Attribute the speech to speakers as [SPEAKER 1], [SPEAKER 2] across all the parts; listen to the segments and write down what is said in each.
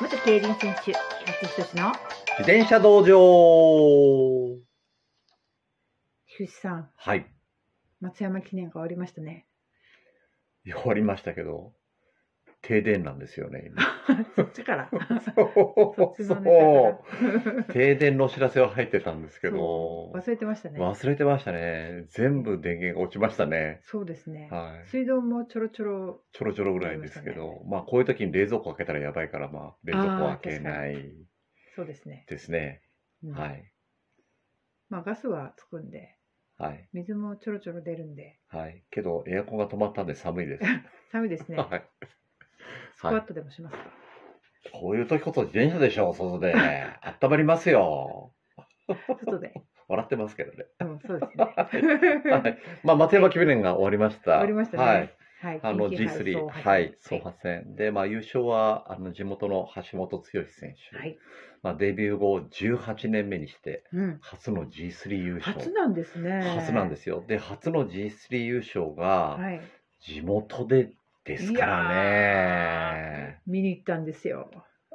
[SPEAKER 1] 元競輪選手、菊池仁の
[SPEAKER 2] 自転車道場
[SPEAKER 1] 菊池さん、
[SPEAKER 2] はい。
[SPEAKER 1] 松山記念が終わりました ね。
[SPEAKER 2] 終わりましたけど、停電なんですよね、今。
[SPEAKER 1] そっちから。
[SPEAKER 2] そ
[SPEAKER 1] っ
[SPEAKER 2] う
[SPEAKER 1] ち
[SPEAKER 2] そ
[SPEAKER 1] のネ
[SPEAKER 2] う。停電のお知らせは入ってたんですけど、
[SPEAKER 1] 忘れてましたね。
[SPEAKER 2] 忘れてましたね。全部電源が落ちましたね。
[SPEAKER 1] そうですね。
[SPEAKER 2] はい。
[SPEAKER 1] 水道もちょろちょろ、
[SPEAKER 2] ちょろちょろぐらいですけ
[SPEAKER 1] 落ちま
[SPEAKER 2] ど、まあこういう時に冷蔵庫開けたらやばいから、まあ冷蔵庫は開けない
[SPEAKER 1] そうですね。
[SPEAKER 2] ですね。
[SPEAKER 1] うん
[SPEAKER 2] はい。
[SPEAKER 1] まあガスはつくんで、
[SPEAKER 2] はい。
[SPEAKER 1] 水もちょろちょろ出るんで、
[SPEAKER 2] はい。けど、エアコンが止まったんで寒いです。
[SPEAKER 1] 寒いですね。
[SPEAKER 2] はい。
[SPEAKER 1] スクワットでもしますか。
[SPEAKER 2] こういう時こそ自転車でしょ、外で。温まりますよ。
[SPEAKER 1] 外 で。
[SPEAKER 2] 笑ってますけどね。
[SPEAKER 1] うん、そうです ね。
[SPEAKER 2] はい。まあ、松山記念が終わりました。
[SPEAKER 1] 終わりましたね。
[SPEAKER 2] はい。。
[SPEAKER 1] はい。
[SPEAKER 2] あの
[SPEAKER 1] 近畿杯
[SPEAKER 2] G3、
[SPEAKER 1] 総覇
[SPEAKER 2] はい、
[SPEAKER 1] 戦
[SPEAKER 2] 総覇戦。で、まあ、優勝は、あの、地元の橋本剛選手。
[SPEAKER 1] はい。
[SPEAKER 2] まあ、デビュー後18年目にして、
[SPEAKER 1] うん。
[SPEAKER 2] 初の G3 優勝。
[SPEAKER 1] 初なんですね。。
[SPEAKER 2] 初なんですすよ。で、初の G3 優勝が、
[SPEAKER 1] はい。
[SPEAKER 2] 地元でですからね。
[SPEAKER 1] 見に行ったんですよ。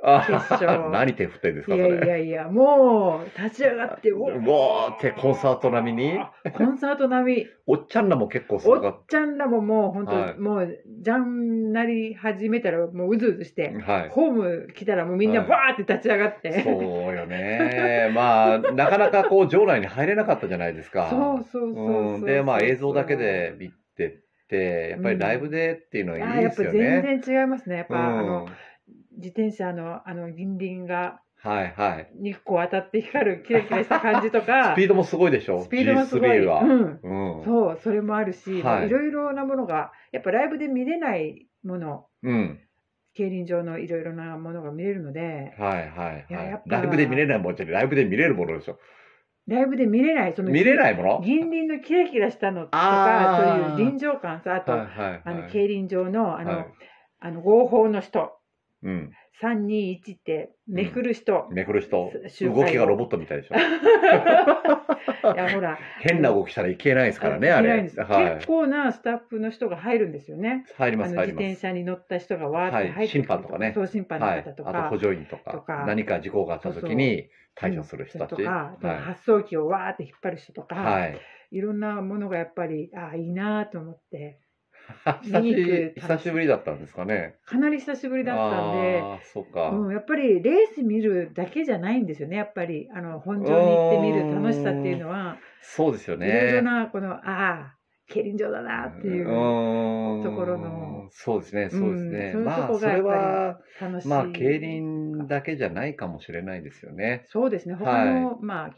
[SPEAKER 2] あ
[SPEAKER 1] 決勝
[SPEAKER 2] 何手振ってんです
[SPEAKER 1] い
[SPEAKER 2] か、そ
[SPEAKER 1] や
[SPEAKER 2] れ。
[SPEAKER 1] いやいや、もう立ち上 がって、
[SPEAKER 2] う
[SPEAKER 1] お
[SPEAKER 2] わーってコンサート並みに、
[SPEAKER 1] コンサート並み、
[SPEAKER 2] おっちゃんらも結構す
[SPEAKER 1] お
[SPEAKER 2] ごかっ
[SPEAKER 1] っちゃんらももう本当、
[SPEAKER 2] はい
[SPEAKER 1] もうじゃんなり始めたら、もううずうずして、
[SPEAKER 2] た。はい。
[SPEAKER 1] ホーム来たらもうみんな
[SPEAKER 2] はい
[SPEAKER 1] バーって立ち上がって、
[SPEAKER 2] そうよね。まあ、なかなかこう、場内に入れなかったじゃないですか。
[SPEAKER 1] そうそうそうそう
[SPEAKER 2] うんで、まあ、映像だけで見てって、やっぱりライブでっていうの
[SPEAKER 1] あ
[SPEAKER 2] は
[SPEAKER 1] ー
[SPEAKER 2] い
[SPEAKER 1] や
[SPEAKER 2] いで
[SPEAKER 1] っぱ
[SPEAKER 2] すよ
[SPEAKER 1] 全
[SPEAKER 2] ね。
[SPEAKER 1] 然違いますね、やっぱ、あ
[SPEAKER 2] うん
[SPEAKER 1] の自転車のあの銀輪が
[SPEAKER 2] はいはい。
[SPEAKER 1] 日光当たって光るキラキラした感じとか
[SPEAKER 2] スピ、ードもすごいでしょ、
[SPEAKER 1] スピードもすごい
[SPEAKER 2] G3 は。
[SPEAKER 1] うん
[SPEAKER 2] うん
[SPEAKER 1] そう、それもあるし、
[SPEAKER 2] はい
[SPEAKER 1] いろいろなものが、やっぱライブで見れないもの、
[SPEAKER 2] うん。
[SPEAKER 1] 競輪場のいろいろなものが見れるので、
[SPEAKER 2] はいはい
[SPEAKER 1] いや
[SPEAKER 2] は
[SPEAKER 1] やっ
[SPEAKER 2] い。
[SPEAKER 1] ぱ
[SPEAKER 2] ライブで見れないものじゃライブで見れるものでしょ。
[SPEAKER 1] ライブで見れない、その
[SPEAKER 2] 見れないもの
[SPEAKER 1] 銀輪のキラキラしたのと
[SPEAKER 2] あ
[SPEAKER 1] か、
[SPEAKER 2] ー
[SPEAKER 1] そういう臨場感さ、あと、
[SPEAKER 2] はいはい
[SPEAKER 1] あ
[SPEAKER 2] は
[SPEAKER 1] の
[SPEAKER 2] い。
[SPEAKER 1] 競輪場のあの、
[SPEAKER 2] はい
[SPEAKER 1] あの合法の人、
[SPEAKER 2] うん。
[SPEAKER 1] 321ってめくる人、
[SPEAKER 2] めくる人
[SPEAKER 1] 周回
[SPEAKER 2] 動きがロボットみたいでしょ
[SPEAKER 1] いやほら、
[SPEAKER 2] 変な動きしたらいけないですからね
[SPEAKER 1] あ
[SPEAKER 2] あ
[SPEAKER 1] のいけない
[SPEAKER 2] れ
[SPEAKER 1] んです
[SPEAKER 2] は
[SPEAKER 1] 結構なスタッフの人が入るんですよね。
[SPEAKER 2] い入り
[SPEAKER 1] あの
[SPEAKER 2] ます
[SPEAKER 1] 自
[SPEAKER 2] 入りま
[SPEAKER 1] 転
[SPEAKER 2] す
[SPEAKER 1] 車に乗った人がわーって入ってくる
[SPEAKER 2] はい審判とかね
[SPEAKER 1] そう審判の
[SPEAKER 2] はい
[SPEAKER 1] 方とか、
[SPEAKER 2] あと補助員
[SPEAKER 1] と
[SPEAKER 2] とか
[SPEAKER 1] か
[SPEAKER 2] 何か事故があった時に対処する人た
[SPEAKER 1] と
[SPEAKER 2] ち
[SPEAKER 1] か、あと
[SPEAKER 2] は
[SPEAKER 1] 発送機をわーって引っ張る人と
[SPEAKER 2] い
[SPEAKER 1] か、
[SPEAKER 2] はい
[SPEAKER 1] い、ろんなものがやっぱりあーいいなーと思って、
[SPEAKER 2] 久
[SPEAKER 1] 見に行
[SPEAKER 2] し
[SPEAKER 1] く
[SPEAKER 2] 久しぶりだったんですかね
[SPEAKER 1] かなり久しぶりだったんで。
[SPEAKER 2] あーそうか
[SPEAKER 1] うん、やっぱりレース見るだけじゃないんですよねやっぱりあの本場に行って見る楽しさっていうのは
[SPEAKER 2] そうですよ
[SPEAKER 1] いろいろ
[SPEAKER 2] ね
[SPEAKER 1] なこのああ競輪場だなっていう
[SPEAKER 2] と
[SPEAKER 1] ところの
[SPEAKER 2] そうですねそうですね
[SPEAKER 1] うんそういうと
[SPEAKER 2] まあ
[SPEAKER 1] こ
[SPEAKER 2] そ
[SPEAKER 1] がや
[SPEAKER 2] れ
[SPEAKER 1] っぱり
[SPEAKER 2] は
[SPEAKER 1] 楽しい、
[SPEAKER 2] まあ競輪だけじゃないかもしれないですよね
[SPEAKER 1] そうですね他の、まあ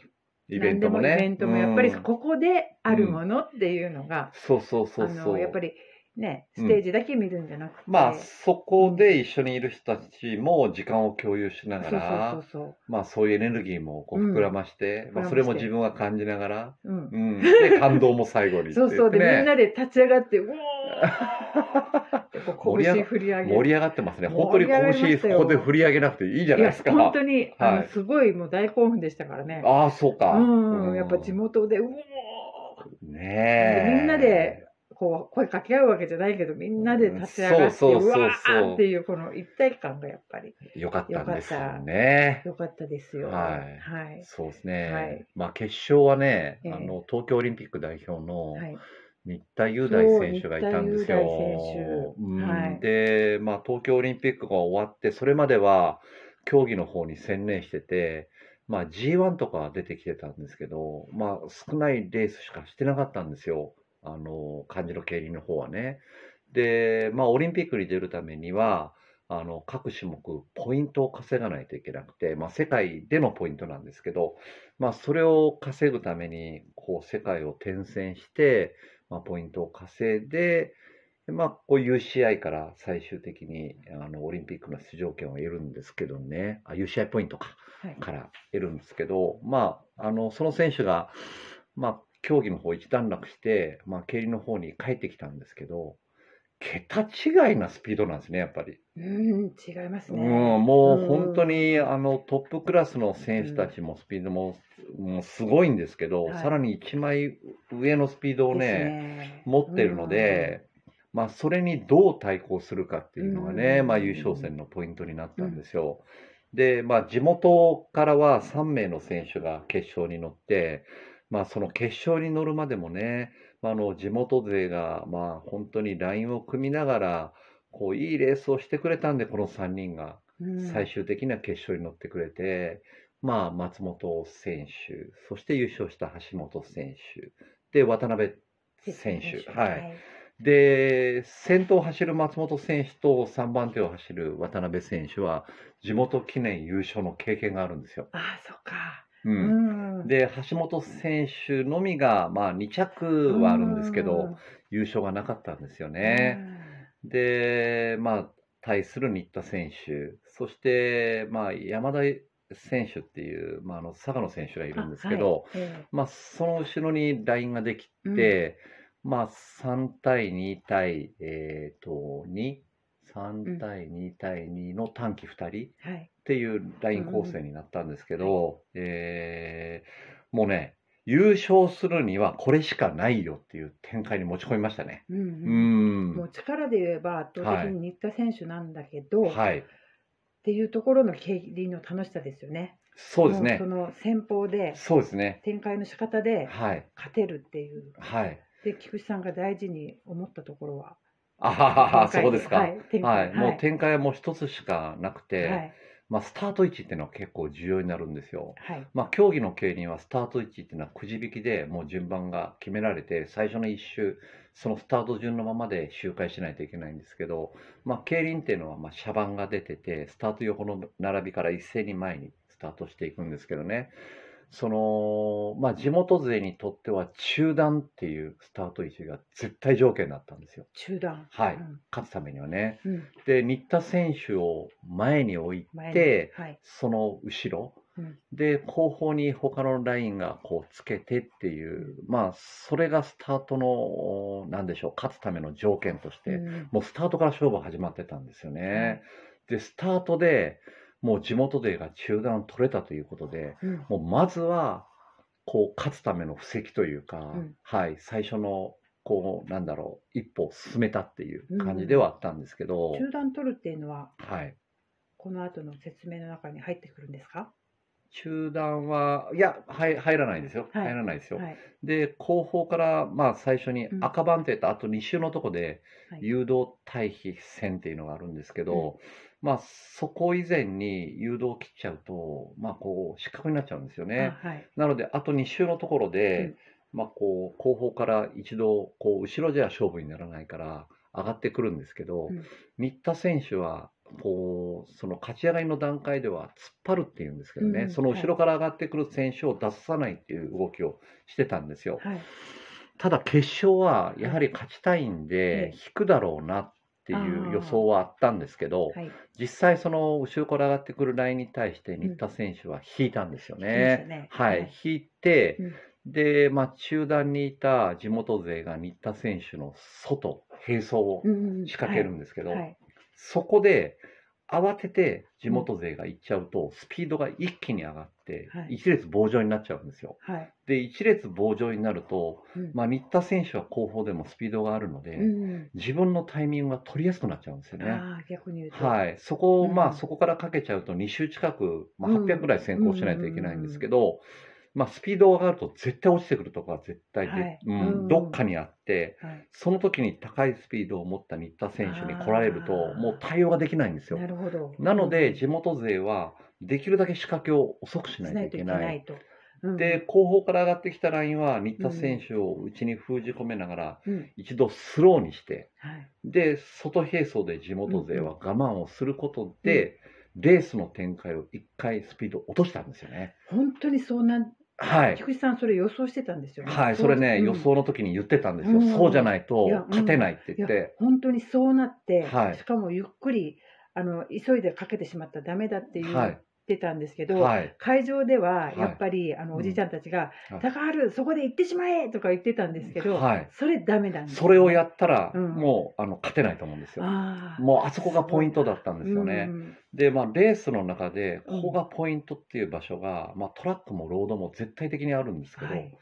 [SPEAKER 2] イベントも
[SPEAKER 1] 何で
[SPEAKER 2] ね
[SPEAKER 1] イベントもやっぱり
[SPEAKER 2] うん
[SPEAKER 1] ここであるものっていうのが、
[SPEAKER 2] そうそうそう
[SPEAKER 1] あ
[SPEAKER 2] そ
[SPEAKER 1] の
[SPEAKER 2] う
[SPEAKER 1] やっぱりね
[SPEAKER 2] うん
[SPEAKER 1] ステージだけ見るんじゃなくて、
[SPEAKER 2] まあ、そこで一緒にいる人たちも時間を共有しなが
[SPEAKER 1] そう
[SPEAKER 2] ら、
[SPEAKER 1] そうそう
[SPEAKER 2] まあそういうエネルギーもこう
[SPEAKER 1] うん
[SPEAKER 2] 膨らまし
[SPEAKER 1] 膨らま
[SPEAKER 2] て、
[SPEAKER 1] して
[SPEAKER 2] まあそれも自分は感じながら、
[SPEAKER 1] そう、うん
[SPEAKER 2] うん、で感動も最後にってい
[SPEAKER 1] そうそうで、みん
[SPEAKER 2] ね、
[SPEAKER 1] なで立ち上がってうおーってこう拳振り上げ
[SPEAKER 2] 盛り上がってますね。本当
[SPEAKER 1] 盛り
[SPEAKER 2] に
[SPEAKER 1] 上がりましたよ
[SPEAKER 2] 拳そこで振り上げなくていいじゃ
[SPEAKER 1] い
[SPEAKER 2] ない
[SPEAKER 1] や
[SPEAKER 2] ですか。
[SPEAKER 1] 本当に、あ
[SPEAKER 2] は
[SPEAKER 1] の
[SPEAKER 2] い
[SPEAKER 1] すごいもう大興奮でしたからね。
[SPEAKER 2] ああ、そうか。
[SPEAKER 1] うん、やっぱ地
[SPEAKER 2] 分
[SPEAKER 1] 元で、うおー
[SPEAKER 2] ねえ
[SPEAKER 1] みんなで、こう声かけ合うわけじゃないけど、みんなで立ち上がって、う
[SPEAKER 2] そうそうそうそう
[SPEAKER 1] わーっていう、この一体感がやっぱり
[SPEAKER 2] よかったんです
[SPEAKER 1] よか
[SPEAKER 2] よ
[SPEAKER 1] った
[SPEAKER 2] ね。
[SPEAKER 1] 良かったですよ。
[SPEAKER 2] はい
[SPEAKER 1] はい。
[SPEAKER 2] そうですね。
[SPEAKER 1] はい
[SPEAKER 2] まあ決勝はね、
[SPEAKER 1] ええ
[SPEAKER 2] あの東京オリンピック代表の、
[SPEAKER 1] はい。
[SPEAKER 2] 新田雄大選手がいたんですよ。
[SPEAKER 1] そう
[SPEAKER 2] う
[SPEAKER 1] 新田雄大選手はい
[SPEAKER 2] んで、まあ、東京オリンピックが終わって、それまでは競技の方に専念してて、まあ、G1 とかは出てきてたんですけど、まあ、少ないレースしかしてなかったんですよ、あの漢字の競輪の方はね。で、まあ、オリンピックに出るためには、あの各種目、ポイントを稼がないといけなくて、まあ、世界でのポイントなんですけど、まあ、それを稼ぐためにこう世界を転戦して、まあ、ポイントを稼いで、でまあ、こういう UCI から最終的にあのオリンピックの出場権を得るんですけどね、あ UCI ポイントか
[SPEAKER 1] はい
[SPEAKER 2] から得るんですけど、まあ、あのその選手が、まあ、競技の方一段落して、まあ、競輪の方に帰ってきたんですけど、桁違いなスピードなんですね、やっぱり。
[SPEAKER 1] うん、違いますね。
[SPEAKER 2] うん、も
[SPEAKER 1] ん
[SPEAKER 2] う本当に、あのトップクラスの選手たちもスピードも,、もうすごいんですけど、
[SPEAKER 1] はい
[SPEAKER 2] さらに1枚上のスピードをね
[SPEAKER 1] ですね
[SPEAKER 2] 持ってるので、まあ、それにどう対抗するかっていうのがね、
[SPEAKER 1] うん
[SPEAKER 2] まあ、優勝戦のポイントになったんですよ。で、まあ、地元からは3名の選手が決勝に乗って、まあ、その決勝に乗るまでもね、まあ、あの地元勢が、まあ、本当にラインを組みながら、こういいレースをしてくれたんで、この3人が
[SPEAKER 1] うん
[SPEAKER 2] 最終的な決勝に乗ってくれて、まあ、松本選手、そして優勝した橋本選手、で、渡辺選手、はい。で、先頭を走る松本選手と3番手を走る渡辺選手は、地元記念優勝の経験があるんですよ。
[SPEAKER 1] ああ、そっか。
[SPEAKER 2] う
[SPEAKER 1] うんん。
[SPEAKER 2] で、橋本選手のみが、まあ、2着はあるんですけど、優勝がなかったんですよ
[SPEAKER 1] うん、
[SPEAKER 2] ね。で、まあ、対する新田選手、そして、まあ、山田選手っていう、まあ、あの佐賀野選手がい
[SPEAKER 1] い
[SPEAKER 2] るんですけど、
[SPEAKER 1] はいえ
[SPEAKER 2] まあ、その後ろにラインができ
[SPEAKER 1] え
[SPEAKER 2] て、まあ、3対2対、えー、と2、3対2対2の短期2人っ
[SPEAKER 1] うんはい、
[SPEAKER 2] ていうライン構成になったんですけど、えーもうね、優勝するにはこれしかないよっていう展開に持ち込みましたね。
[SPEAKER 1] うん
[SPEAKER 2] う
[SPEAKER 1] うんも
[SPEAKER 2] ん
[SPEAKER 1] う。力で言えば圧倒的に新田選手なんだけど、っ
[SPEAKER 2] はい。
[SPEAKER 1] ていうところの競輪の楽しさですよね。
[SPEAKER 2] そうですね
[SPEAKER 1] も。その戦法で
[SPEAKER 2] そうですね。
[SPEAKER 1] 展開の仕方で
[SPEAKER 2] はい。
[SPEAKER 1] 勝てるっていう。
[SPEAKER 2] はい。
[SPEAKER 1] で菊池さんが大事に思ったところは。
[SPEAKER 2] あははは、
[SPEAKER 1] 今回
[SPEAKER 2] そうですか。
[SPEAKER 1] は
[SPEAKER 2] はい
[SPEAKER 1] い。展開
[SPEAKER 2] もう展開はもう一つしかなくて、
[SPEAKER 1] はい
[SPEAKER 2] まあ、スタート位置っていうのは結構重要になるんですよ。
[SPEAKER 1] はい。
[SPEAKER 2] まあ、競技の競輪はスタート位置っていうのはくじ引きでもう順番が決められて最初の1周そのスタート順のままで周回しないといけないんですけど、まあ、競輪っていうのはまあ車番が出ててスタート横の並びから一斉に前にスタートしていくんですけどねその、まあ、地元勢にとっては中断っていうスタート位置が絶対条件だったんですよ
[SPEAKER 1] 中断。
[SPEAKER 2] はい
[SPEAKER 1] うん
[SPEAKER 2] 勝つためにはね。
[SPEAKER 1] うん
[SPEAKER 2] で新田選手を前に置い
[SPEAKER 1] 前に
[SPEAKER 2] て
[SPEAKER 1] はい。
[SPEAKER 2] その後ろ、
[SPEAKER 1] うん
[SPEAKER 2] で後方に他のラインがこうつけてっていう、まあそれがスタートのおなんでしょう勝つための条件として、
[SPEAKER 1] うん
[SPEAKER 2] もうスタートから勝負始まってたんですよね。でスタートでもう地元勢が中断を取れたということで
[SPEAKER 1] うん
[SPEAKER 2] もうまずはこう勝つための布石というか、
[SPEAKER 1] ん
[SPEAKER 2] はい最初のこうなんだろう一歩を進めたっていう感じではあったんですけど、
[SPEAKER 1] 中断取るっていうのは
[SPEAKER 2] はい。
[SPEAKER 1] この後の説明の中に入ってくるんですか。
[SPEAKER 2] 中断は、いや、はい入らないですよ。
[SPEAKER 1] はい
[SPEAKER 2] 入らないですよ。
[SPEAKER 1] はい。
[SPEAKER 2] で、後方から、まあ、最初に
[SPEAKER 1] うん
[SPEAKER 2] 赤番手とあと2周のとこで
[SPEAKER 1] はい、
[SPEAKER 2] 誘導対比線っていうのがあるんですけど、まあ、そこ以前に誘導を切っちゃうと、まあ、こう、失格になっちゃうんですよね。
[SPEAKER 1] あはい。
[SPEAKER 2] なので、あと2周のところで、まあ、こう、後方から一度、こう、後ろじゃ勝負にならないから、上がってくるんですけど、
[SPEAKER 1] うん
[SPEAKER 2] 新田選手は、こう、その勝ち上がりの段階では突っ張るっていうんですけどね、
[SPEAKER 1] うん
[SPEAKER 2] その後ろから上がってくる選手を出さないっていう動きをしてたんですよ。
[SPEAKER 1] はい。
[SPEAKER 2] ただ、決勝は、やはり勝ちたいん
[SPEAKER 1] うん
[SPEAKER 2] で、引くだろうなっていう予想はあったんですけど、
[SPEAKER 1] はい。
[SPEAKER 2] 実際その後ろから上がってくるラインに対して新田選手は引いたんですよ
[SPEAKER 1] 引きました
[SPEAKER 2] ね。
[SPEAKER 1] ね
[SPEAKER 2] は
[SPEAKER 1] はいい、
[SPEAKER 2] 引いて、
[SPEAKER 1] うん
[SPEAKER 2] で、まあ、中段にいた地元勢が新田選手の外、並走を
[SPEAKER 1] うんうん
[SPEAKER 2] 仕掛けるんですけど、
[SPEAKER 1] はいはい。
[SPEAKER 2] そこで慌てて地元勢が行っちゃうと、スピードが一気に上がって
[SPEAKER 1] は、い
[SPEAKER 2] 一列棒状になっちゃうんですよ。
[SPEAKER 1] はい。
[SPEAKER 2] で、一列棒状になると、
[SPEAKER 1] うん
[SPEAKER 2] まあ、新田選手は後方でもスピードがあるので、
[SPEAKER 1] うん
[SPEAKER 2] 自分のタイミングが取りやすくなっちゃうんですよね。
[SPEAKER 1] ああ逆に言うと。い。
[SPEAKER 2] はい、そこを、
[SPEAKER 1] うん
[SPEAKER 2] まあ、そこからかけちゃうと2周近く、まあ、
[SPEAKER 1] うん
[SPEAKER 2] 800ぐらい先行しないといけないんですけど、まあ、スピードが上がると絶対落ちてくるとこは絶対で、
[SPEAKER 1] はい
[SPEAKER 2] うん
[SPEAKER 1] うん
[SPEAKER 2] どっかにあって
[SPEAKER 1] はい。
[SPEAKER 2] その時に高いスピードを持った新田選手に来られると
[SPEAKER 1] あー
[SPEAKER 2] もう対応ができないんですよ
[SPEAKER 1] な。るほど。
[SPEAKER 2] なの
[SPEAKER 1] う
[SPEAKER 2] で
[SPEAKER 1] ん
[SPEAKER 2] 地元勢はできるだけ仕掛けを遅くしな
[SPEAKER 1] し
[SPEAKER 2] いと
[SPEAKER 1] ない
[SPEAKER 2] い
[SPEAKER 1] といけ
[SPEAKER 2] けない。
[SPEAKER 1] ないと。うん
[SPEAKER 2] で、後方から上がってきたラインは新田選手を内に封じ込めながら
[SPEAKER 1] うん
[SPEAKER 2] 一度スローにして、
[SPEAKER 1] はい。
[SPEAKER 2] で、外並走で地元勢は我慢をすることで、レースの展開を一回スピード落としたんですよね。
[SPEAKER 1] 本当にそんな
[SPEAKER 2] はい。
[SPEAKER 1] 菊池さんそれ予想してたんですよね。
[SPEAKER 2] はい、それね、
[SPEAKER 1] うん
[SPEAKER 2] 予想の時に言ってたんですよ。
[SPEAKER 1] うん
[SPEAKER 2] そうじゃないと
[SPEAKER 1] いやうん
[SPEAKER 2] 勝てないって
[SPEAKER 1] い
[SPEAKER 2] 言
[SPEAKER 1] や
[SPEAKER 2] って。
[SPEAKER 1] 本当にそうなって、
[SPEAKER 2] はい
[SPEAKER 1] しかもゆっくりあの急いでかけてしまったらダメだって言
[SPEAKER 2] はい
[SPEAKER 1] っ。てたんですけど、
[SPEAKER 2] はい。
[SPEAKER 1] 会場で
[SPEAKER 2] は
[SPEAKER 1] はいやっぱり、あのおじいちゃんたちが「
[SPEAKER 2] はい
[SPEAKER 1] 高春そこで行ってしまえ!」とか言ってたんですけど、
[SPEAKER 2] はい
[SPEAKER 1] それダメなんです
[SPEAKER 2] それをやったら、
[SPEAKER 1] うん
[SPEAKER 2] もう、あの、勝てないと思うんですよ。
[SPEAKER 1] あー
[SPEAKER 2] もう、あそこがポイントだったんですよね
[SPEAKER 1] う。ん
[SPEAKER 2] で、まあ、レースの中で、
[SPEAKER 1] うん
[SPEAKER 2] ここがポイントっていう場所が、まあ、トラックもロードも絶対的にあるんですけど、
[SPEAKER 1] はい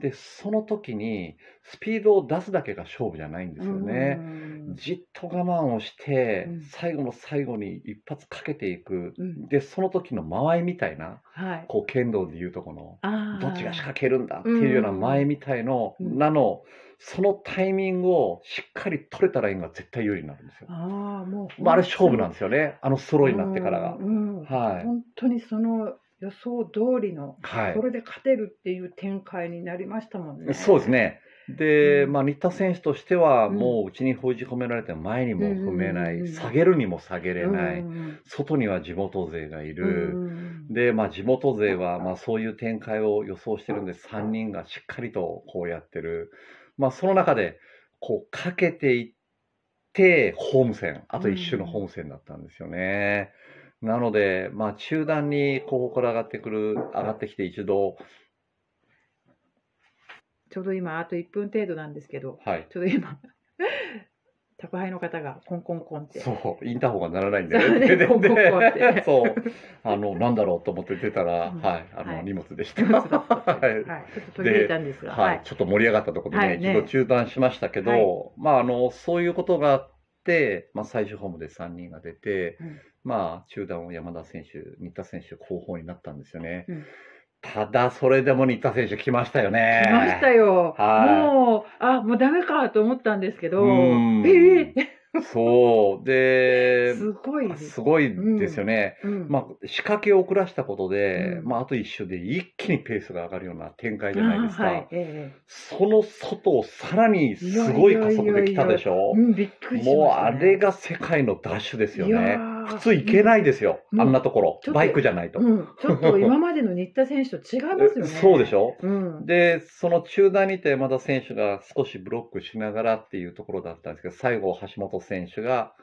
[SPEAKER 2] で、その時に、スピードを出すだけが勝負じゃないんですよね。
[SPEAKER 1] うん
[SPEAKER 2] じっと我慢をして
[SPEAKER 1] うん、
[SPEAKER 2] 最後の最後に一発かけていく
[SPEAKER 1] う。ん
[SPEAKER 2] で、その時の間合いみたいな、
[SPEAKER 1] はい。
[SPEAKER 2] こう、剣道でいうとこの、
[SPEAKER 1] ああ。
[SPEAKER 2] どっちが仕掛けるんだっていうような前みたいの、
[SPEAKER 1] うん
[SPEAKER 2] なの、そのタイミングをしっかり取れたラインが絶対有利になるんですよ。
[SPEAKER 1] ああ、もう。
[SPEAKER 2] まあ、あれ勝負なん
[SPEAKER 1] で
[SPEAKER 2] ですよね。あのスローになってからが。
[SPEAKER 1] うん。うん
[SPEAKER 2] はい。
[SPEAKER 1] 本当にその予想通りの、
[SPEAKER 2] はい
[SPEAKER 1] こ。れで勝てるっていう展開になりましたもんね。
[SPEAKER 2] そうですね。で、
[SPEAKER 1] うん
[SPEAKER 2] まあ、新田選手としては、
[SPEAKER 1] うん
[SPEAKER 2] もううちに封じ込められて前にも踏めな
[SPEAKER 1] うんうんうんう
[SPEAKER 2] い、
[SPEAKER 1] ん
[SPEAKER 2] 下げるにも下げれない、
[SPEAKER 1] うん
[SPEAKER 2] 外には地元勢がい
[SPEAKER 1] うんうん
[SPEAKER 2] る。
[SPEAKER 1] うん
[SPEAKER 2] で、まあ、地元勢は、まあ、そういう展開を予想してるんで、3人がしっかりとこうやってる。まあ、その中で、こう、かけていって、ホーム戦、あと一周のホーム戦だったんですよね。なので、まあ、中段に、ここから上がってくる、上がってきて一度、
[SPEAKER 1] ちょうど今、あと1分程度なんですけど、
[SPEAKER 2] はい。
[SPEAKER 1] ちょうど今、 宅配の方がコンコンコンって。
[SPEAKER 2] そう、インターホンが鳴らないんだよね。
[SPEAKER 1] そうね
[SPEAKER 2] で
[SPEAKER 1] ポンポンポンって
[SPEAKER 2] で そう、あの、なんだろうと思って出たら、
[SPEAKER 1] うん
[SPEAKER 2] はい、あ
[SPEAKER 1] は
[SPEAKER 2] の、
[SPEAKER 1] い
[SPEAKER 2] 荷物でした。
[SPEAKER 1] はい、ちょっと
[SPEAKER 2] は
[SPEAKER 1] 途切れたんです
[SPEAKER 2] い、
[SPEAKER 1] が、
[SPEAKER 2] はい、ちょっと盛り上がったところ
[SPEAKER 1] は
[SPEAKER 2] で
[SPEAKER 1] い
[SPEAKER 2] ね、
[SPEAKER 1] ね
[SPEAKER 2] 一度中断しましたけ
[SPEAKER 1] はい
[SPEAKER 2] ど、まあ、あの、そういうことがあって、まあ、最終ホームで3人が出て
[SPEAKER 1] うん、
[SPEAKER 2] まあ、中断を山田選手、新田選手後方になったんですよね
[SPEAKER 1] うん。
[SPEAKER 2] ただ、それでも新田選手来ましたよね。
[SPEAKER 1] 来ましたよ。
[SPEAKER 2] はい
[SPEAKER 1] もう、あ、もうダメかと思ったんですけど、
[SPEAKER 2] う
[SPEAKER 1] え
[SPEAKER 2] ん
[SPEAKER 1] えって
[SPEAKER 2] そう、で、
[SPEAKER 1] すごいです。
[SPEAKER 2] すごいですよね。
[SPEAKER 1] うん
[SPEAKER 2] まあ、仕掛けを遅らしたことで、
[SPEAKER 1] うん
[SPEAKER 2] まあ、あと一周で一気にペースが上がるような展開じゃないですか、
[SPEAKER 1] あはい、え
[SPEAKER 2] その外をさらにすごい加速できたでし
[SPEAKER 1] え
[SPEAKER 2] ょ
[SPEAKER 1] うん、びっくりしました、ね。
[SPEAKER 2] もうあれが世界のダッシュですよ
[SPEAKER 1] いや
[SPEAKER 2] ね
[SPEAKER 1] ー
[SPEAKER 2] 普通行けないですよ、
[SPEAKER 1] うん
[SPEAKER 2] あんなところ
[SPEAKER 1] ちょっと
[SPEAKER 2] バイクじゃないと、
[SPEAKER 1] うん、ちょっと今までの新田選手と違いますよね。
[SPEAKER 2] そうでしょ
[SPEAKER 1] うん。
[SPEAKER 2] でその中段にいた山田選手が少しブロックしながらっていうところだったんですけど最後橋本選手が